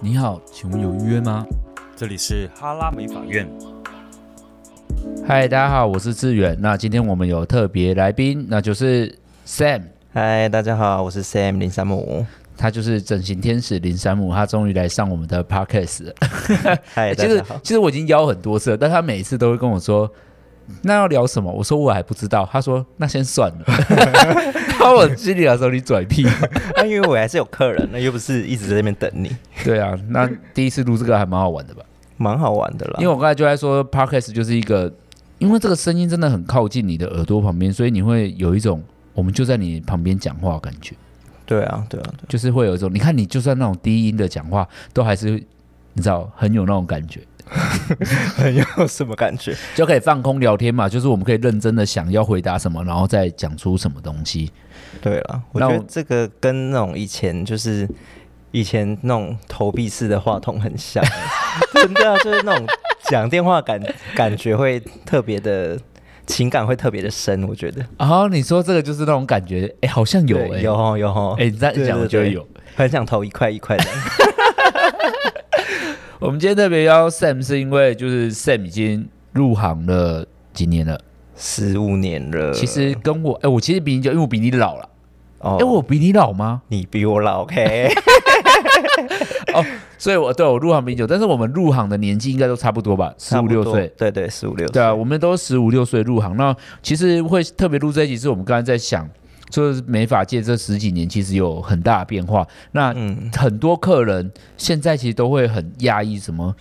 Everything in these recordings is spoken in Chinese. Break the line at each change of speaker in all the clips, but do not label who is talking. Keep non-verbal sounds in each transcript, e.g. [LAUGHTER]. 你好，请问有预约吗？
这里是哈拉美法院，
嗨，大家好，我是志远。那今天我们有特别来宾，那就是 Sam，
嗨，大家好，我是 Sam 林山姆。
他就是整形天使林山姆，他终于来上我们的 [LAUGHS] podcast 了。
嗨，
哎其
大
实
家好。
其实我已经邀很多次了，但他每一次都会跟我说。那要聊什么？我说我还不知道。他说那先算 [LAUGHS] 了。他我心里想说你拽屁。
[LAUGHS] 那啊因为我还是有客人， [LAUGHS] 那又不是一直在那边等你，
对啊，那第一次录这个还蛮好玩的吧？
蛮好玩的啦。
因为我刚才就在说 podcast 就是一个，因为这个声音真的很靠近你的耳朵旁边，所以你会有一种我们就在你旁边讲话的感觉，
对啊，对啊，对啊
就是会有一种你看你就算那种低音的讲话，都还是你知道很有那种感觉，
很啊 [LAUGHS] 有什么感觉？
就可以放空聊天嘛，就是我们可以认真的想要回答什么，然后再讲出什么东西。
对啦，我
那
觉
我
得这个跟那种以前就是以前那种投币式的话筒很像， [LAUGHS] 真的啊、就是那种讲电话感感觉会特别的情感会特别的深，我觉得
然后啊你说这个就是那种感觉，哎，好像有哎、
对有哦有哦，
哎，你这样
对
讲
对
我觉得
对
有。
很想投一块一块的。
我们今天特别邀 Sam 是因为就是 Sam 已经入行了几年了。
十五年了，
其实跟我，哎、我其实比你久，因为我比你老了。
哦
哎、，我比你老吗？
你比我老，OK。
所以我，对我入行比你久，但是我们入行的年纪应该都差不多吧，十
差
五
不
六
多
岁。
对对，十五六岁，
对啊，我们都十五六岁入行。那其实会特别录这一集，是我们刚才在想，就是美发界这十几年其实有很大的变化。那
嗯，
很多客人现在其实都会很讶异，什么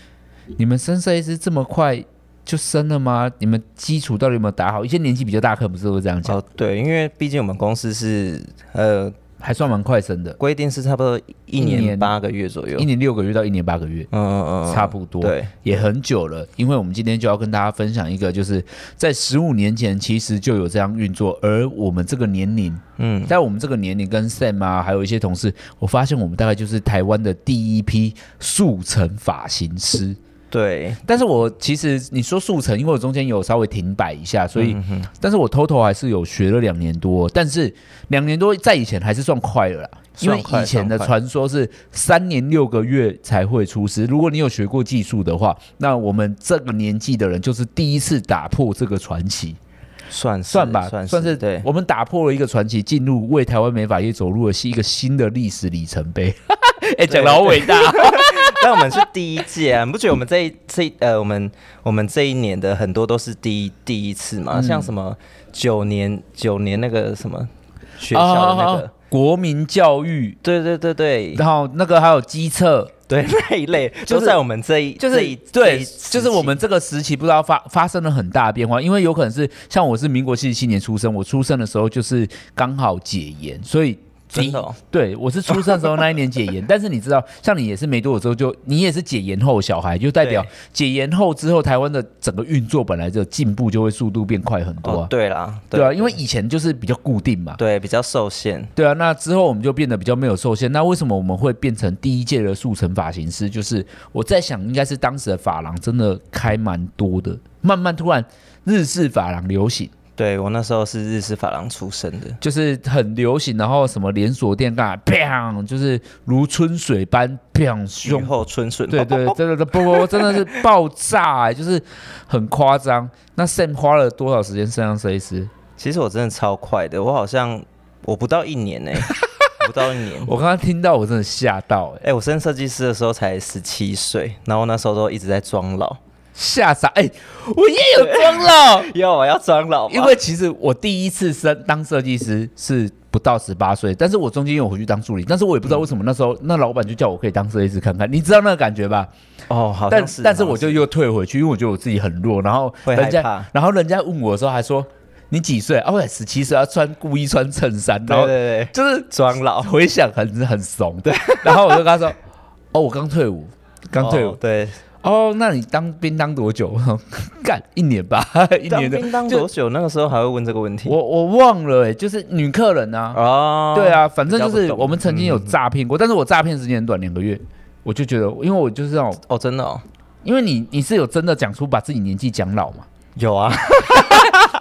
你们升设计师这么快就升了吗？你们基础到底有没有打好？一些年纪比较大的客人不是都会这样讲，
哦对，因为毕竟我们公司是呃
还算蛮快升的，
规定是差不多
一
一年
年
八个月左右，
一年六个月到一年八个月。
嗯嗯嗯，
差不多，
对，
也很久了。因为我们今天就要跟大家分享一个，就是在十五年前其实就有这样运作，而我们这个年龄，
嗯，
在我们这个年龄跟 Sam 啊，还有一些同事，我发现我们大概就是台湾的第一批速成发型师。
对，
但是我其实你说速成，因为我中间有稍微停摆一下，所以，
嗯哼
但是我偷偷还是有学了两年多，但是两年多在以前还是算快了啦，因为
算快
以前的
算快
传说是三年六个月才会出师。如果你有学过技术的话，那我们这个年纪的人就是第一次打破这个传奇，
算是
算吧，
算
是
对，
我们打破了一个传奇，进入为台湾美发业走入了是一个新的历史里程
[LAUGHS]
碑。哎、讲的好伟大哦，
但我们是第一届啊，你不觉得我们这一这一呃我们我们这一年的很多都是第一第一次嘛，
嗯
像什么九年九年那个什么学校的
[LAUGHS]
那
哦
个，
国民教育，
对对对对
然后那个还有机测。
对 [LAUGHS] 那一类，
就
就是在我们这一
就
这
是
一这
对
一，
就
时
是我
期
们这个时期不知道发发生了很大的变化，因为有可能是像我是民国七十七年出生，我出生的时候就是刚好解严，所以第一
真的哦
对我是出生的时候那一年解
[LAUGHS]
严，但是你知道，像你也是没多久之后就你也是解严后的小孩，就代表
对
解严后之后台湾的整个运作本来就进步就会速度变快很多
哦
啊，
对啦，
对啊，因为以前就是比较固定嘛，
对，比较受限。
对啊，那之后我们就变得比较没有受限。那为什么我们会变成第一届的速成发型师？就是我在想，应该是当时的发廊真的开蛮多的，慢慢突然日式发廊流行，
对我那时候是日式发廊出身的，
就是很流行，然后什么连锁店干嘛，砰，就是如春水般砰
雨
凶。
后春笋。
对
啵
对
啵，啵
真的是不不不，真的是爆炸、欸，就是很夸张。那 Sam 花了多少时间升上设计师？
其实我真的超快的，我好像我不到一年呢、 [LAUGHS] 我不到一年。
我刚刚听到，我真的吓到、欸，
哎、我升设计师的时候才十七岁，然后那时候都一直在装老。
吓傻，哎、我也有装了。
要啊我要装老吗，
因为其实我第一次升当设计师是不到十八岁，但是我中间有回去当助理，但是我也不知道为什
嗯
么那时候那老板就叫我可以当设计师看看，你知道那个感觉吧？
哦，好
但
像是，
但是我
好像
就又退回去，因为我觉得我自己很弱，然后
会害
人家
怕
然后人家问我的时候还说你几岁？啊，我十七岁，要穿故意穿衬衫，然
对
后
对对，
就是
装老
回想很很怂，对，然后我就跟他说，哦，我刚退伍。 [LAUGHS] 刚退伍
哦对，
哦，那你当兵当多久？我 [LAUGHS] 说干一年吧， [LAUGHS] 一
当
年的
兵当
就
多久？那个时候还会问这个问题
我我忘了、欸，就是女客人啊，
哦，
对，啊，反正就
比较不
是
懂嗯
我们曾经有诈骗过，但是我诈骗时间很短，两个月，我就觉得，因为我就是那种，
哦，真的哦， [LAUGHS]
因为你你是有真的讲出把自己年纪讲老嘛，
有啊，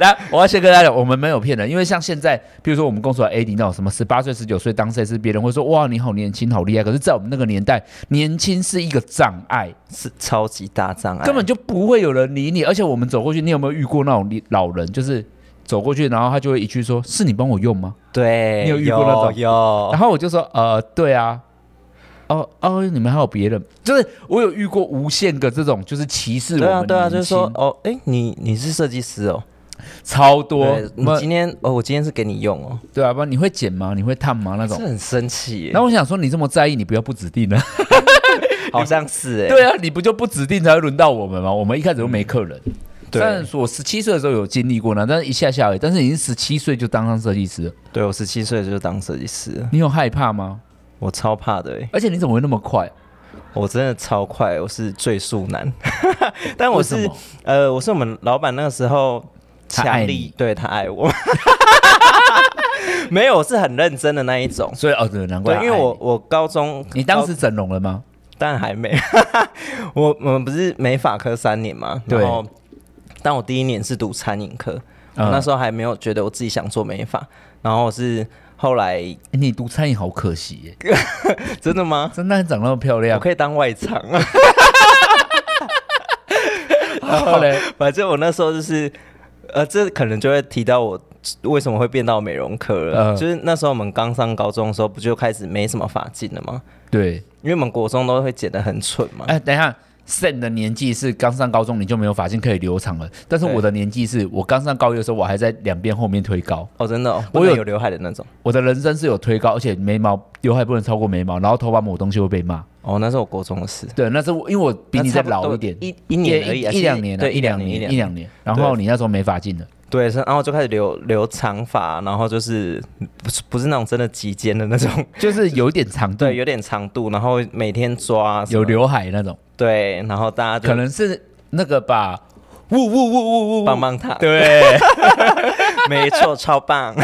来，我要先跟大家讲，我们没有骗人，因为像现在，比如说我们公所的 AD 那种什么十八岁、十九岁当赛事，别人会说哇你好年轻，好厉害。可是，在我们那个年代，年轻是一个障碍，
是超级大障碍，
根本就不会有人理你。而且我们走过去，你有没有遇过那种老人，就是走过去，然后他就会一句说：“是你帮我用吗？”
对，
你有遇过那种
有
然后我就说，呃，对啊，哦哦，你们还有别人，就是我有遇过无限个这种，就是歧视我
对
们
啊，对啊，
年
就是说
轻，
哦，哎、你你是设计师哦，
超多
对，你
那
今天哦，我今天是给你用哦，
对啊，不然你会剪吗？你会烫吗？那
这
种。
很生气耶，
然后我想说，你这么在意，你不要不指定啊。
好像是哎，
[LAUGHS] 对啊，你不就不指定才会轮到我们吗？我们一开始都没客人。
嗯对
虽然说我十七岁的时候有经历过呢，但是一下下而已。但是已经十七岁就当上设计师了，
对我十七岁就当设计师了，
你有害怕吗？
我超怕的哎，
而且你怎么会那么快？
我真的超快，我是最速男， [LAUGHS] 但我
为什
是
么
呃，我是我们老板那个时候
他爱
强
你
力，对他爱我， [LAUGHS] 没有，我是很认真的那一种。
所以哦，对，难怪
对，
他
因为
爱你
我哦我高中
你当时整容了吗？
但还没， [LAUGHS] 我我们不是美法科三年嘛，
对
然后但我第一年是读餐饮科，
嗯
我那时候还没有觉得我自己想做美发，然后是后来 [LAUGHS]
欸你读餐饮好可惜耶，
真的吗？
真的长那么漂
我
亮。
可以当外场啊， [LAUGHS]
然后
[LAUGHS]
嘞，
反正我那时候就是，呃，这可能就会提到我为什么会变到美容科了，
嗯
就是那时候我们刚上高中的时候，不就开始没什么发髻了吗？
对，
因为我们国中都会剪得很蠢嘛，
哎、等一下。Sam 的年纪是刚上高中，你就没有发现可以留长了。但是
对
我的年纪是我刚上高一的时候，我还在两边后面推高。
哦，真的、哦，
我
不能
有
有刘海的那种。
我的人生是有推高，而且眉毛刘海不能超过眉毛，然后头发抹东西会被骂。
哦，那是我国中的事。
对，那是我因为我比你再
那差不多
老一点，
一一年而已啊，
一一两年啊，
对，
一两
一
年，
两
一两年。然后你那时候没发劲了，
对，然后就开始留留长发，然后就是不是不是那种真的及肩的那
嗯
种，
就是有一点长度，
[LAUGHS] 对，有点长度，然后每天抓什么
有，刘海那种，
对，然后大家就
可能是那个吧。呜呜呜呜呜
棒
呜，
棒糖，
对，
[LAUGHS] 没错，超棒。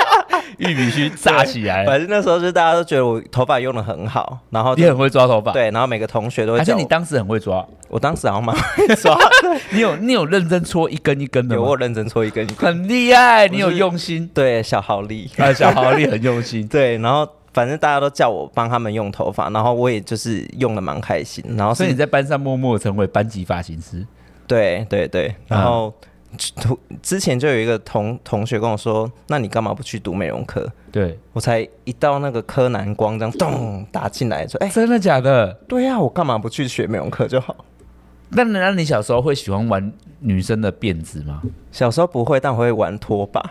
[LAUGHS] 玉米须炸起
[LAUGHS]
来了，
反正那时候就大家都觉得我头发用的很好，然后
你
就
很会抓头发。
对，然后每个同学都会
还是
叫我
你，当时很会抓？
我当时好像蛮会抓，
你有你有认真搓一根一根的
有
吗
我？认真搓一根一根，
很厉害，
是
你有用
[LAUGHS]
心。
对，小豪力，。
啊，小豪你很用心
对，然后反正大家都叫我帮他们用头发，然后我也就是用的蛮开心，然后
所以
是
你在班上默默成为班级发型师。
对对对，然
嗯
后同、之前就有一个同同学跟我说，那你干嘛不去读美容科？
对，
我才一到那个柯南光这样咚打进来，说，哎、
真的假的？
对啊呀、我干嘛不去学美容课就好？
那那你小时候会喜欢玩女生的辫子吗？
小时候不会，但我会玩拖把，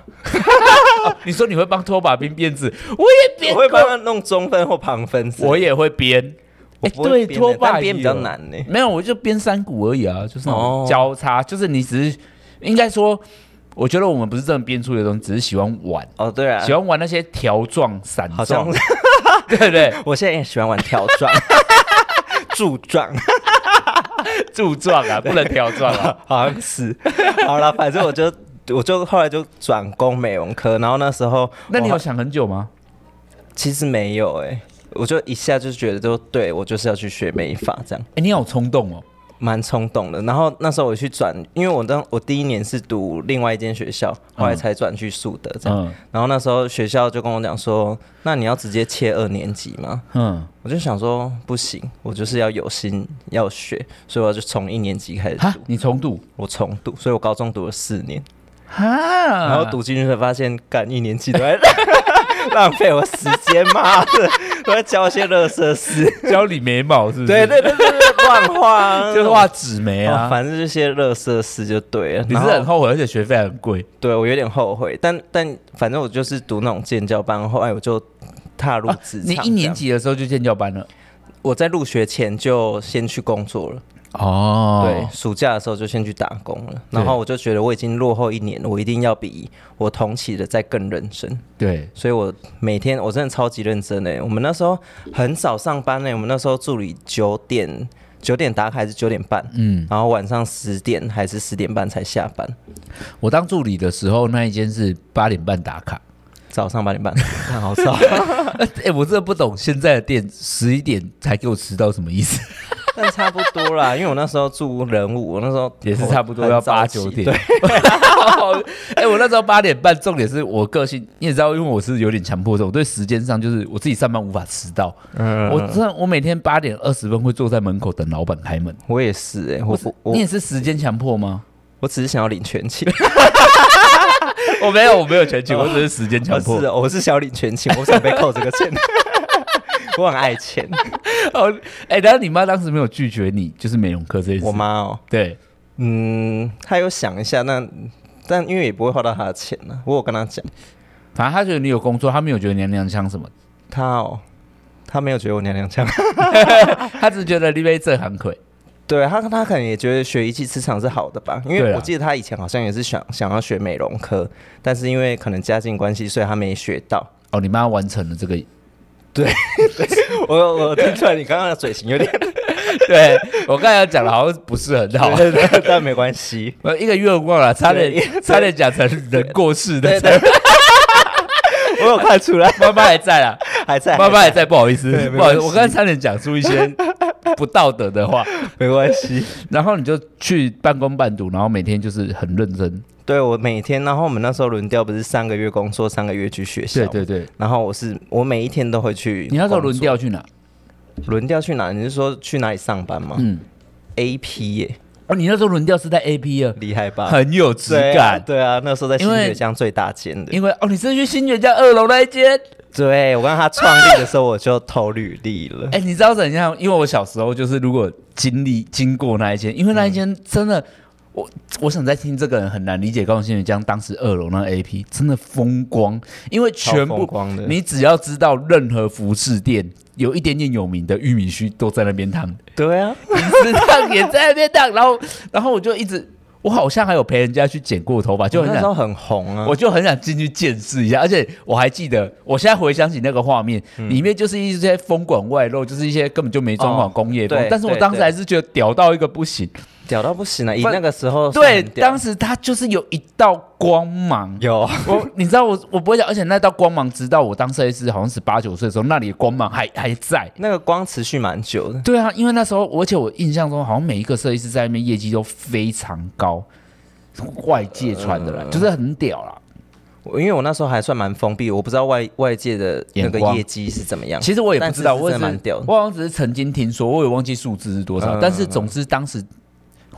你说你会帮拖把编辫子，我也编
我会帮
过，
他弄中分或旁分之类的。
我也会编。
我
哎，
不会
对，
编的
拖把
但编比较
有
难呢、
没有，我就编山谷而已啊，就是那
哦
种交叉，就是你只是应该说，我觉得我们不是真的编出的东西，只是喜欢玩。
哦，对啊
喜，欢玩那些条状、散
好像
状， [LAUGHS] 对不对？
[LAUGHS] 我现在也喜欢玩条状、柱 [LAUGHS] 状，
柱状啊，不能条状啊。
好像是。好了，反正我就我就后来就转攻美容科，然后那时候
那你
我
有想很久吗？
其实没有哎、我就一下就觉得就对我就是要去学美发，这样
哎，你好冲动哦。
蛮冲动的。然后那时候我去转，因为我当我第一年是读另外一间学校，后来才转去树德这样。
嗯
然后那时候学校就跟我讲说，那你要直接切二年级吗？
嗯，
我就想说不行，我就是要有心要学，所以我就从一年级开始
哈
读，，
你重读
我重读，所以我高中读了四年，
哈，
然
然
后
[LAUGHS]
读进去才发现，干一年级都在 [LAUGHS] 浪费我时间，妈的，都在教一些乐色事。
教你眉毛是不是？
对，对对对对，乱画、啊，
就是画纸眉
哦
啊。
反正这些乐色事就对了。
你是
然后
很后悔，而且学费还很贵。
对我有点后悔，但但反正我就是读那种建教班，后来我就踏入职
你
场、
一年，级的时候就建教班了？
我在入学前就先去工作了。
哦
对，暑假的时候就先去打工了，然后我就觉得我已经落后一年了，我一定要比我同期的再更认真。
对，
所以我每天我真的超级认真嘞、欸我们那时候很早上班欸嘞、我们那时候助理九点九点打卡还是九点半，
嗯，
然后晚上十点还是十点半才下班，
我当助理的时候，那一间是八点半打 [LAUGHS] 卡。
早上八点半，看好早。
哎、我真的不懂现在的店十一点才给我迟到什么意思？
[LAUGHS] 但差不多啦，因为我那时候住人武，我那时候
也是差不多要
很早
八
起
九点。
对，
[LAUGHS] 哎、我那时候八点半，重点是我个性，你也知道，因为我是有点强迫症，我对时间上就是我自己上班无法迟到。
嗯，
我真的，我每天八点二十分会坐在门口等老板开门。
我也是哎、
我
我
是
不
你也
我
是时间强迫吗？
我只是想要领全勤，
我没有，我没有全勤，我只是时间 [LAUGHS] 强
[LAUGHS] 我
迫
哦是。我是想要领全勤，我不想被扣这个钱， [LAUGHS] 我很爱钱，
哦，哎，然后你妈当时没有拒绝你，就是美容课这件事。
我妈哦，
对，
嗯，她有想一下，那但因为也不会花到她的钱呢、我有跟她讲，
反正她觉得你有工作，她没有觉得娘娘腔什么，
她哦，她没有觉得我娘娘腔， [LAUGHS]
她只觉得你被这行亏。
对她她可能也觉得学仪器磁场是好的吧，因
对
为
啊
我记得她以前好像也是想想要学美容科，但是因为可能家境关系，所以她没学到。 [LAUGHS]
哦，你妈完成了这个，
我我听出来你刚刚的嘴型有点，
对我刚才有讲的好像不是很好。
[LAUGHS] 但没
[LAUGHS]
关系。
我呃一个愿望了，差点
对
差点讲成人过世的
对，对，
[LAUGHS]
我有看出来，
妈妈还在
[LAUGHS]
啦，
还在，
妈妈还在，不好意思
对，没
不好意思，
关系
我刚才差点讲出一
[LAUGHS]
些不道德的话，
没关系。
然后你就去半工半读，然后每天就是很认真，
对我每天，然后我们那时候轮调不是三个月工作，三个月去学校。
对。对对，
然后我是我每一天都会去。
你那时候轮？调去哪？
轮调去哪？你是说去哪里上班吗、
嗯，
a p 耶，
哦，你那时候轮调是在 A P 啊，
厉害吧？
很有质
对啊
感，
对啊，那时候在新
因为
学江最大间的。
因为哦，你是去新源家二楼那一间，
对，我刚他创立的时候我就投履历了。
哎，你知道怎样？因为我小时候就是如果经历经过那一间，因为那一
嗯
间真的。我我想在听这个人很难理解高雄新源江当时二楼那 A P 真的风光，因为全
超
部
风光的
你只要知道任何服饰店有一点点有名的玉米须都在那边 [LAUGHS] 烫，
对啊，
银丝烫也在那边烫，然后然后我就一直我好像还有陪人家去剪过头发，就
我
很想
那时候很红啊。
我就很想进去见识一下，而且我还记得，我现在回想起那个画面，里面就是一些风管外露，就是一些根本就没装潢
嗯哦
工业风，
对
但是我
对
当时
对
还是觉得屌到一个不行。
屌到不行啊了、以
不
那个时候
对，
算屌
当时它就是有一道光芒，
有 [LAUGHS]
我你知道我我不会讲，而且那道光芒直到我当设计师好像十八九岁的时候，那里的光芒还还在。
那个光持续蛮久的，
对啊，因为那时候，而且我印象中好像每一个设计师在那边业绩都非常高，外界传的来，
呃
就是很屌啦。
我因为我那时候还算蛮封闭，我不知道外外界的那
眼
个
光
业绩是怎么样。
其实我也不知道，
但
我
是
只
真
是
的蛮屌的，
我好像只是曾经听说，我也忘记数字是多少。但是总之当时，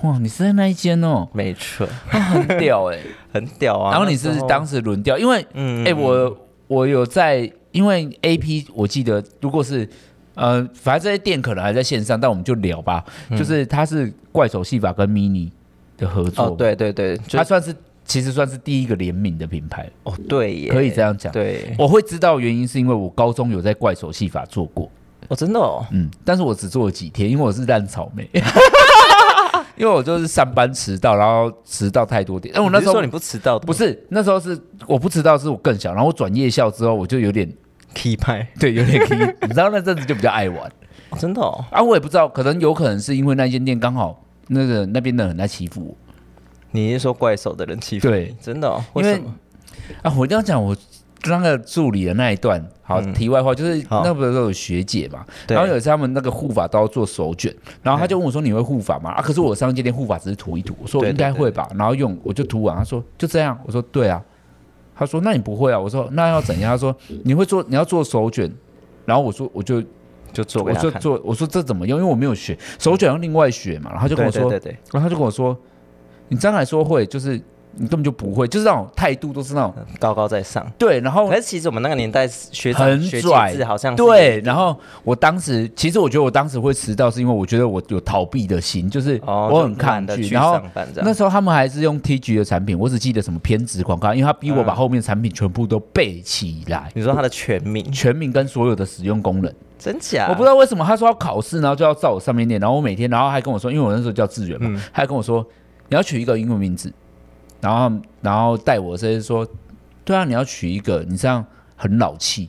哇，你是在那一间哦
没错，
很屌哎、
很屌啊。
然后你是
那时候
当时轮调，因为哎、
嗯
我我有在，因为 A P 我记得，如果是呃，反正这些店可能还在线上，但我们就聊吧。
嗯
就是它是怪手戏法跟 mini 的合作，
哦，，对对对，就
它算是其实算是第一个联名的品牌，
哦对耶，
可以这样讲。
对，
我会知道原因是因为我高中有在怪手戏法做过，
哦真的哦，
嗯，但是我只做了几天，因为我是烂草莓， [LAUGHS] 因为我就是上班迟到，然后迟到太多点。但我那时
你是
候
说你不迟到的吗，
不是那时候是我不知道，是我更小，然后我转夜校之后，我就有点 [LAUGHS]
T 派，
对有点 key，你知道那阵子就比较爱玩
哦真的哦，
啊，我也不知道，可能有可能是因为那间店刚好那个那边的人在欺负我，
你是说怪手的人气氛？
对，
真的哦，
因
为
为
什么？
啊，我一定要讲我那个助理的那一段。好，
嗯
题外话就是
好
那不是都有学姐嘛，
对
然后有一次他们那个护法都要做手卷，然后他就问我说：“你会护法吗？”啊，可是我上街练护法只是涂一涂，我说
对
应该会吧，然后用我就涂完，他说就这样，我说对啊，他说那你不会啊，我说那要怎样？他说你会做你要做手卷，然后我说我就
就做
我
给他
就
看，
做我说这怎么用？因为我没有学手卷要另外学嘛，然后他就跟我
对
说
对，对对，
然后他就跟我说你刚才说会，就是你根本就不会，就是那种态度都是那种
高高在上。
对，然后
可是其实我们那个年代学长
很
学
拽
姐制好像是
对，然后我当时其实我觉得我当时会迟到，是因为我觉得我有逃避的心，就是
哦，
我
就
很抗
懒得
拒。
去
然后
上班这样
那时候他们还是用 T G 的产品，我只记得什么偏执广告，因为他逼我把后面产品全部都背起来，
你说他的全名
全名跟所有的使用功能。
真假？
我不知道为什么他说要考试，然后就要照我上面念，然后我每天，然后还跟我说，因为我那时候叫志远嘛，
嗯
他还跟我说你要取一个英文名字，然后然后带我这些说，对啊，你要取一个，你这样很老气。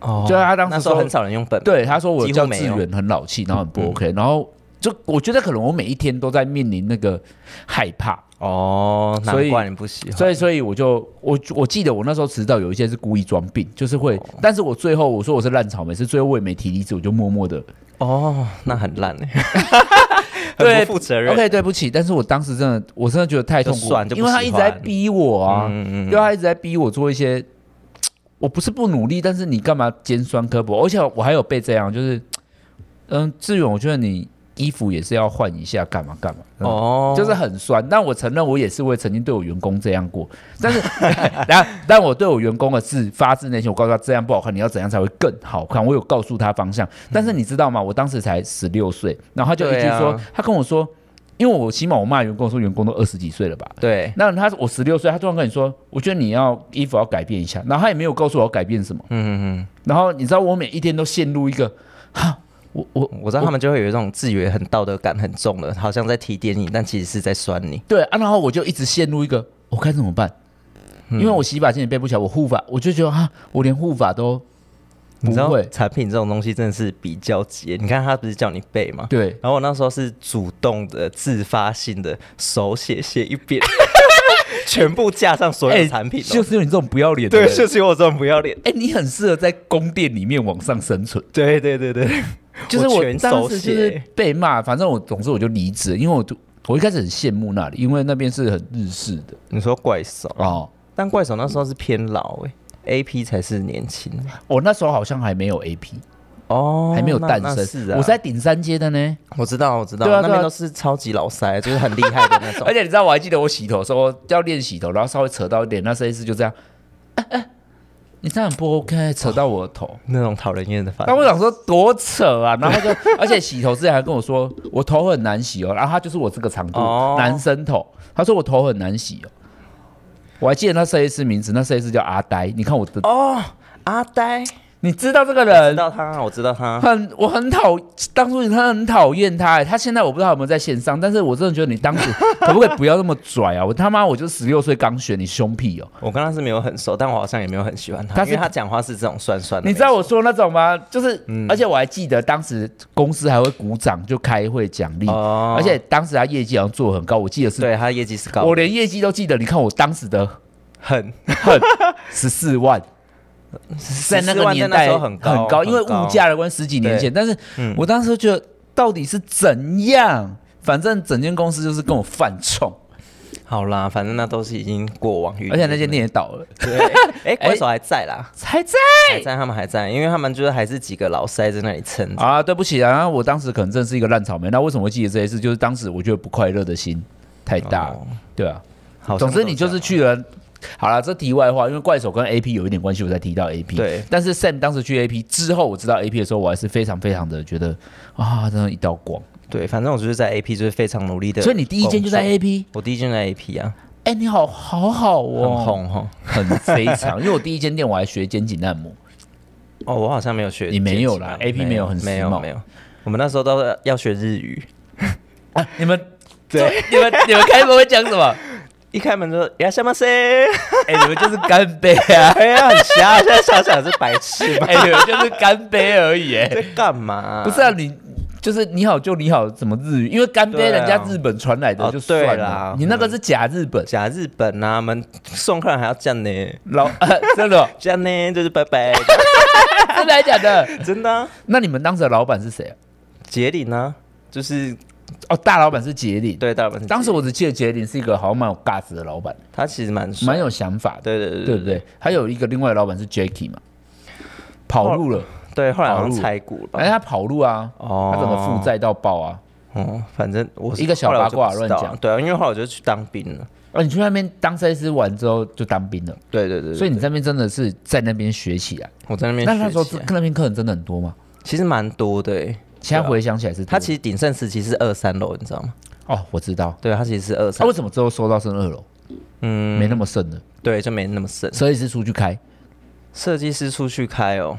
哦
就他当时
那时候
说
很少人用本，
对，他说我
几乎
叫
没
志
有嗯
远很老气，然后很不 OK，、然后就我觉得可能我每一天都在面临那个害怕，
哦，
所以
难怪你不喜欢。
所以所以我就我我记得我那时候迟到有一些是故意装病，就是会，
哦
但是我最后我说我是烂草莓，是最后我也没提离职，我就默默的
哦，那很烂
[LAUGHS]
哎，
对
很不负责任。
OK 对不起，但是我当时真的我真的觉得太痛苦
就算
了，
就不
因为他一直在逼我啊，
嗯嗯
因为
嗯，
他一直在逼我做一些，我不是不努力，但是你干嘛尖酸刻薄？而且我还有被这样，就是嗯，志远，我觉得你衣服也是要换一下，干嘛干嘛。哦
哦，
就是很酸。但我承认，我也是会曾经对我员工这样过，但是， [LAUGHS] 但但我对我员工的是发自内心，我告诉他这样不好看，你要怎样才会更好看。我有告诉他方
嗯
向，但是你知道吗？我当时才十六岁，然后他就一句
对啊
说，他跟我说，因为我起码我骂员工说员工都二十几岁了吧。
对，
那他我十六岁，他突然跟你说，我觉得你要衣服要改变一下，然后他也没有告诉我要改变什么，
嗯嗯
然后你知道我每一天都陷入一个，哈，我我
嗯，我知道他们就会有一种自以为很道德感很重的，好像在提点你，但其实是在酸你。
对啊，然后我就一直陷入一个我该怎么办？
嗯
因为我洗发精也背不起来，我护发我就觉得啊，我连护发都不
你知道
会。
产品这种东西真的是比较急，你看他不是叫你背吗？
对，
然后我那时候是主动的、自发性的手写写
[LAUGHS]
一遍，全部架上所有的产品哦、
哎就是有你这种不要脸的人。
对，就是我这种不要脸。
哎、你很适合在宫殿里面往上生存。
对对对对，
就是我
全
当
手
时
写，
就是被骂，反正我总之我就离职，因为我就我一开始很羡慕那里，因为那边是很日式的
你说怪手，
哦。
但怪手那时候是偏老哎、A P 才是年轻
我那时候好像还没有 A P，、
哦，
还没有
那
诞
那
生。
是
我
啊，
是在顶山街的呢。
我知道我知道，
对啊对啊
那边都是超级老塞，就是很厉害的那
[LAUGHS]
种
而。且你知道，我还记得我洗头的时候要练洗头，然后稍微扯到一点，那设计师就这样，哎哎，你这样很不 OK，扯到我的头。
那种讨人厌的发
那
型，
我想说多扯啊，然后他就， [LAUGHS] 而且洗头之前还跟我说我头很难洗哦，然后他就是我这个长度、
哦
男生头，他说我头很难洗哦。我还记得那设计师名字，那设计师叫阿呆。你看我的，
哦，阿呆，
你知道这个
知
人
道他，我知道他，
[LAUGHS] 很，我很讨，当初他很讨厌他、欸，他现在我不知道有没有在线上，但是我真的觉得你当时 [LAUGHS] 可不可以不要那么拽啊？我他妈我就十六岁刚学，你凶屁哦！
我跟他是没有很熟，但我好像也没有很喜欢他，
他是
因为他讲话是这种酸酸的。
你知道我说那种吗？就是，
嗯
而且我还记得当时公司还会鼓掌，就开会奖励，
哦
而且当时他业绩好像做得很高，我记得是，
对他业绩是高，
我连业绩都记得。你看我当时的
很
十四万，在那
14
个
万
年
那
代
时候很高
很高，因为物价的关系，十几年前。但是
嗯
我当时就觉得到底是怎样？反正整间公司就是跟我犯冲，
好啦，反正那都是已经过往云烟了，
而且那间店也倒了，
对， [LAUGHS] 哎，怪手还在啦，
才在
还在，他们还在，因为他们就是还是几个老塞在那里撑着。
啊！对不起啊，我当时可能真的是一个烂草莓。那为什么会记得这些事？就是当时我觉得不快乐的心太大了
哦，
对啊。
好像
总
都
之你就
这
是
样
去了。好了，这题外话，因为怪手跟 AP 有一点关系，我才提到 AP。
对
但是 Sam 当时去 AP 之后，我知道 AP 的时候，我还是非常非常的觉得啊，真的，一道光。
对，反正我就是在 AP 就是非常努力的。
所以你第一间就在 AP，
我第一间在 AP 啊，
哎、你好好好哦，
很红哈。
很非常。因为我第一间店我还学肩颈按摩，
哦，我好像没有学
你没有啦
剪辑吧
AP 没有很时
没有
髦
没有，我们那时候都是要学日语，
啊、 [LAUGHS] 你们对， [LAUGHS] 你们你们开门会讲什么？
一开门就说“呀什么谁
[LAUGHS] 哎、你们就是干杯啊”，！
哎呀，很瞎。现在想想是白痴吧？
[LAUGHS] 哎、你们就是干杯而已、哎 [LAUGHS]
在干嘛？
不是啊，你就是你好就你好，怎么日语？因为干杯
对啊
人家日本传来的
哦
就算了，
对啦
你那个是假日本，
假日本啊，我们送客人还要这样呢，
老、 [LAUGHS] 呃、真的哦、
这样呢就是拜拜，
[LAUGHS] 真的还假的？
真的、啊。
那你们当时的老板是谁啊？
杰林呢，就是
哦，大老板是杰林。，
对大本，
当时我只记得杰林是一个好像蛮有架子的老板，
他其实蛮帅
蛮，有想法的，
对对对
对不对？还有一个另外的老板是 Jacky 嘛，跑路了，
对，后来好像
跑路
拆股了吧
哎，？他跑路啊，
哦
他整个负债到爆啊。
哦，反正我是
一个小
后来我
八
就
卦
不知
乱
道啊
讲
对啊，因为后来我就去当兵了，
哦，你去那边当设计师完之后就当兵了，
对对对，对
所以你在那边真的是在那边学起来。
我在那边
那那时候
学起啊来
那边客人真的很多吗？
其实蛮多的欸，
现在回想起来是
啊他
他
其实鼎盛时期是二三楼，你知道吗？
哦，我知道。
对，他其实是二
他
三
为，什么之后收到剩二楼？
嗯，
没那么剩了，
对，就没那么深。
设计师出去开。
设计师出去开哦，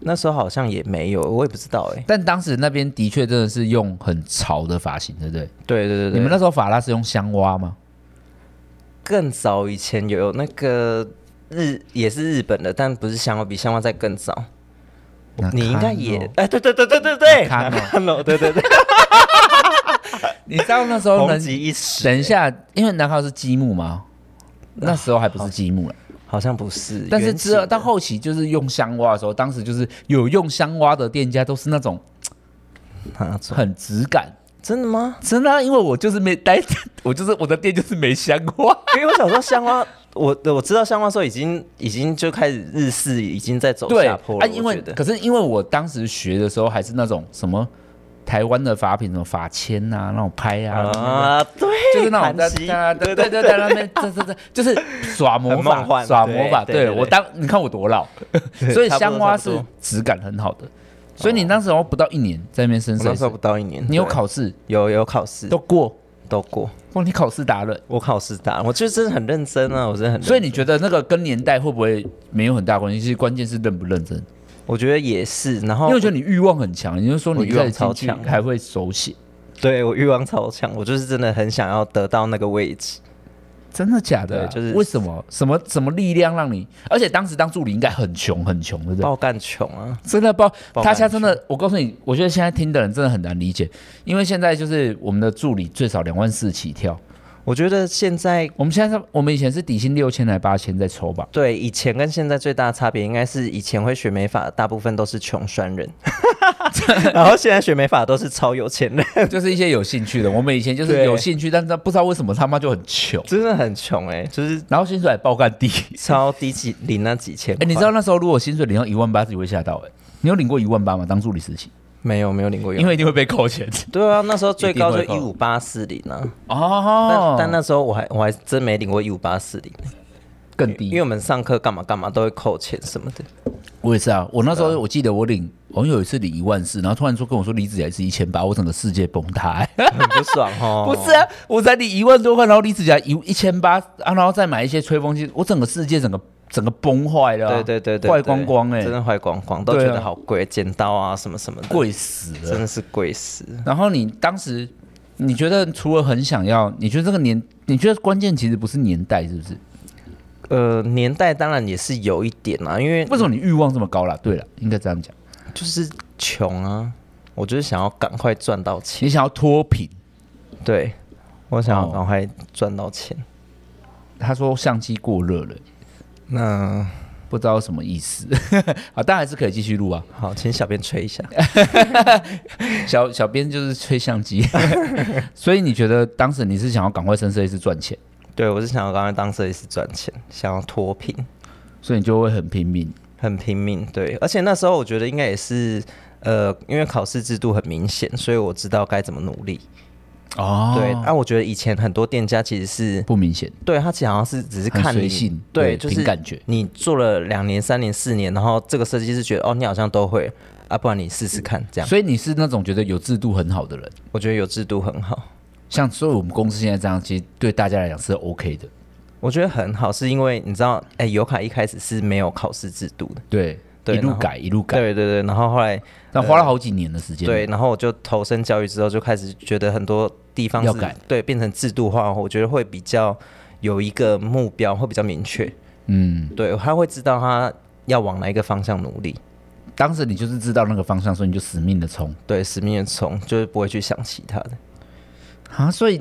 那时候好像也没有，我也不知道哎。
但当时那边的确真的是用很潮的发型，对不对？
对对对对，
你们那时候法拉是用香蛙吗？
更早以前有那个日也是日本的，但不是香花，比香花再更早。
啊
你应该也哎，对对对对对对，
看哦
看喽，对对对，
你知道那时 [LAUGHS] 候
红
人
极一时。
等一，下，因为南号是积木嘛，那时候还不是积木了。啊
好像不是，
但是
圆
之后
形
到后期就是用香挖的时候，当时就是有用香挖的店家都是那种
哪种
很质感，
啊真的吗？
真的啊、因为我就是没待，我就是我的店就是没香挖。
因为我小时候香瓜，我我知道香瓜时候已经已经就开始日式已经在
[LAUGHS]
走
对
下
啊
坡了，，
因
我
为
觉得
可是因为我当时学的时候还是那种什么台湾的法品，什么法签啊，那种拍啊，
啊，对，
[LAUGHS] 就是那种
韩
在
系
在对对对在那边这这这就是耍魔
很梦
法
幻
耍魔法。
对对
对
对对
我当你看我多
[LAUGHS]
老，所以
差不多
香花
差不
是
多
质感很好的。所以你那时候不到一年在那边深
我那
深
时，候不到一年，
你有
对
考试
有有考试
都
都
过，
都过，
哇，你考试达人。
我考试打，我就真的很认真啊，我真的很认真，
所以你觉得那个跟年代会不会没有很大关系？其实关键是认不认真，
我觉得也是，然后
因为我觉得你欲望很强，你就说你
我欲
一开始
望
进
超
去
强
还会手写，
对我欲望超强，我就是真的很想要得到那个位置，
真的假的啊、
对就是
为什么什么什么力量让你？而且当时当助理应该很穷很穷，对不对？
爆干穷啊，
真的包，
爆
大
肝
家真的，我告诉你，我觉得现在听的人真的很难理解，因为现在就是我们的助理最少两万四起跳，
我觉得现在。
我们现在是我们以前是底薪六千来八千在抽
[LAUGHS]
吧，
对以前跟现在最大的差别，应该是以前会学美发，大部分都是穷酸
[LAUGHS]
人，然后现在学美发都是超有钱人。
就是一些有兴趣的，我们以前就是
对
有兴趣，但是不知道为什么他妈就很穷，
真的很穷哎、就是
然后薪水还爆干
[LAUGHS]
低。
超低几领那几千
哎、
块。
你知道那时候如果薪水领到一万八，自己会吓到哎、你有领过一万八吗？当助理时期，
没有没有领过用？
因为一定会被扣
[LAUGHS]
钱。
对啊，那时候最高就
一定
一
会
五八四零啊，
哦
但，但那时候我还我还真没领过一五八四零，
更
因为
低。
我们上课干嘛干嘛都会扣钱什么的。
我也是啊，我那时候我记得我领，我有一次领一万四，然后突然说跟我说离职也是一千八，我整个世界崩塌、哎。
[LAUGHS] 很 [LAUGHS] 不爽哦
不是啊，我才领一万多块，然后离职加一一千八啊，然后再买一些吹风机，我整个世界整个整个崩坏了啊、
对对对对，
坏光光哎、
真的坏光光，都
对啊
觉得好贵，剪刀啊什么什么的，，
贵死
真
了。
的是贵死。
然后你当时你觉得除了很想要，你觉得这个年，你觉得关键其实不是年代，是不是？
呃，年代当然也是有一点啊，因为
为什么你欲望这么高啦？对了，应该这样讲，
就是穷啊，我就是想要赶快赚到钱。
你想要脱贫。
对，我想要
哦
赶快赚到钱。
他说相机过热了，
那
不知道什么意思。 [LAUGHS] 好，但还是可以继续录啊。
好，请小编吹一 [LAUGHS] 下。
小小编就是吹相机， [LAUGHS] 所以你觉得当时你是想要赶快升设计师赚钱？
对我是想要赶快当设计师赚钱，想要脱贫，
所以你就会很拼命。
很拼命。对，而且那时候我觉得应该也是，呃，因为考试制度很明显，所以我知道该怎么努力。
哦
对，那、我觉得以前很多店家其实是。
不明显，
对他其实好像是只是
很
看
随
你
性对
对，就
凭
是
感觉
你做了两年、三年、四年，然后这个设计师觉得哦，你好像都会啊，不然你试试看这样。
所以你是那种觉得有制度很好的人，
我觉得有制度很好，
像所以我们公司现在这样，其实对大家来讲是 OK 的。
我觉得很好，是因为你知道，哎，油卡一开始是没有考试制度的，
对，
对
一路
然后
改一路改，
对对对，然后后来
那花了好几年的时间。
对，，然后我就投身教育之后，就开始觉得很多地方
要
是
改
对变成制度化，我觉得会比较有一个目标，会比较明确。
嗯，
对，他会知道他要往哪一个方向努力，
当时你就是知道那个方向，所以你就死命的冲
对，使命的冲，就是不会去想其他的。
啊。所以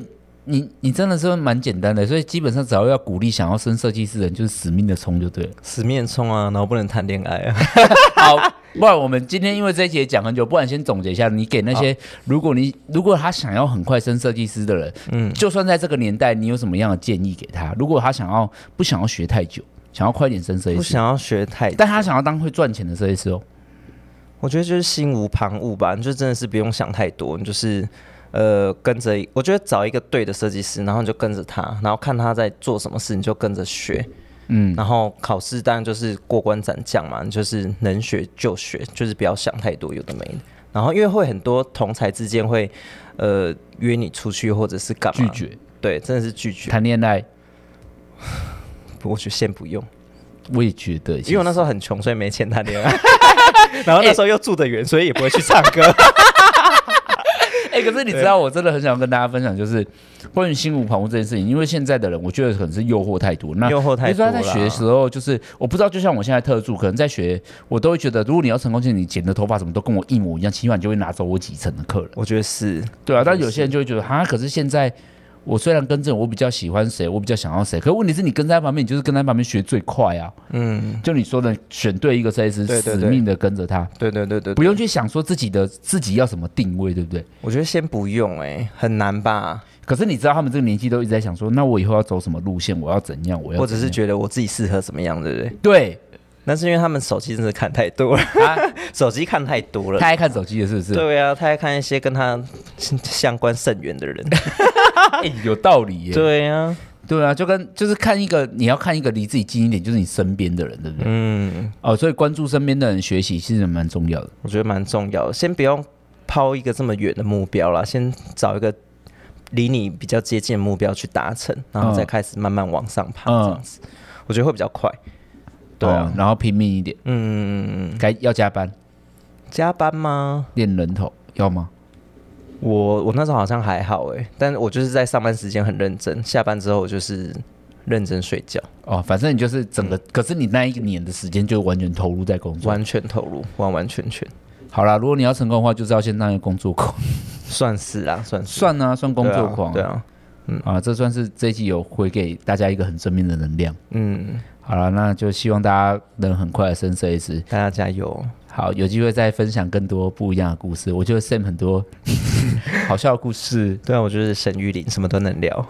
你你真的是蛮简单的，所以基本上只要要鼓励想要升设计师的人，就是死命的冲就对了。
使命的冲啊，然后不能谈恋爱
[LAUGHS]
啊。
好，不然我们今天因为这一节讲很久，不然先总结一下，你给那些如果你如果他想要很快升设计师的人，嗯，就算在这个年代，你有什么样的建议给他？如果他想要不想要学太久，想要快点升设计
不
师，
想要学太，
但他想要当会赚钱的设计师哦，
我觉得就是心无旁骛吧，你就真的是不用想太多，你就是呃跟着，我觉得找一个对的设计师，然后你就跟着他，然后看他在做什么事，你就跟着学。
嗯，
然后考试当然就是过关斩将嘛，你就是能学就学，就是不要想太多有的没的。然后因为会很多同才之间会呃约你出去或者是干
拒
嘛，
绝
对，真的是拒啊绝。
谈恋爱，
我觉得先不用，
我也觉得，
因为我那时候很穷，所以没钱谈
[LAUGHS] 哎
恋爱。然后那时候又住得远，所以也不会去唱歌。
哎、 [LAUGHS] 哎、可是你知道，我真的很想跟大家分享，就是关于新无旁骛这件事情，因为现在的人，我觉得可能是诱惑太多。那
诱惑太多
你说他在
啦
学的时候，就是我不知道，就像我现在特助，可能在学，我都会觉得，如果你要成功，就是你剪的头发什么都跟我一模一样，起码你就会拿走我几成的客人。
我觉得是，
对啊，但
也
有些人就会觉得，哈，可是现在我虽然跟这种，我比较喜欢谁，我比较想要谁，可问题是你跟在他旁边，你就是跟在他旁边学最快啊。
嗯，
就你说的，选对一个设计师，
对对
死
对
命的跟着他，
对对对对，
不用去想说自己的自己要什么定位，对不对？
我觉得先不用、哎，很难吧？
可是你知道他们这个年纪都一直在想说，那我以后要走什么路线，我要怎样，我要
我只是
怎样
觉得我自己适合怎么样，对不对？
对，
那是因为他们手机真的看太多了，
啊
[LAUGHS] 手机看太多了
他。爱看手机的是不是？
对啊，他还看一些跟他相相关甚
[LAUGHS]
远的人。
哎有道理耶。
对啊，
对啊，就跟就是看一个，你要看一个离自己近一点，就是你身边的人，对不对？
嗯，
哦，所以关注身边的人学习其实蛮重要的。
我觉得蛮重要的。先不用抛一个这么远的目标啦，先找一个离你比较接近的目标去达成，然后再
嗯
开始慢慢往上爬，
嗯
这样子，我觉得会比较快。对啊
哦，然后拼命一点，
嗯，
该要加班
加班吗？
练人头，要吗？
我我那时候好像还好哎、但我就是在上班时间很认真，下班之后我就是认真睡觉，
哦，反正你就是整个，可是你那一个年的时间就完全投入在工作。
嗯完全投入，完完全全，
好啦，如果你要成功的话，就是要先当一个工作狂，
啊算是啦、算是
算啊，算工
对
作
啊
狂。
对啊，
啊，这算是这一集有回给大家一个很正面的能量。
嗯，
好了，那就希望大家能很快的升设一次。
大家加油，
好，有机会再分享更多不一样的故事。我觉得 Sam 很多 [LAUGHS] 好笑的故事。
对啊，我就是沈玉林，什么都能聊。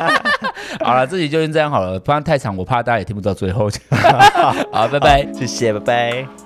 [LAUGHS]
好了，这 [LAUGHS] 集就先这样好了，不然太长，我怕大家也听不到最后。好，拜拜。
谢谢，拜拜。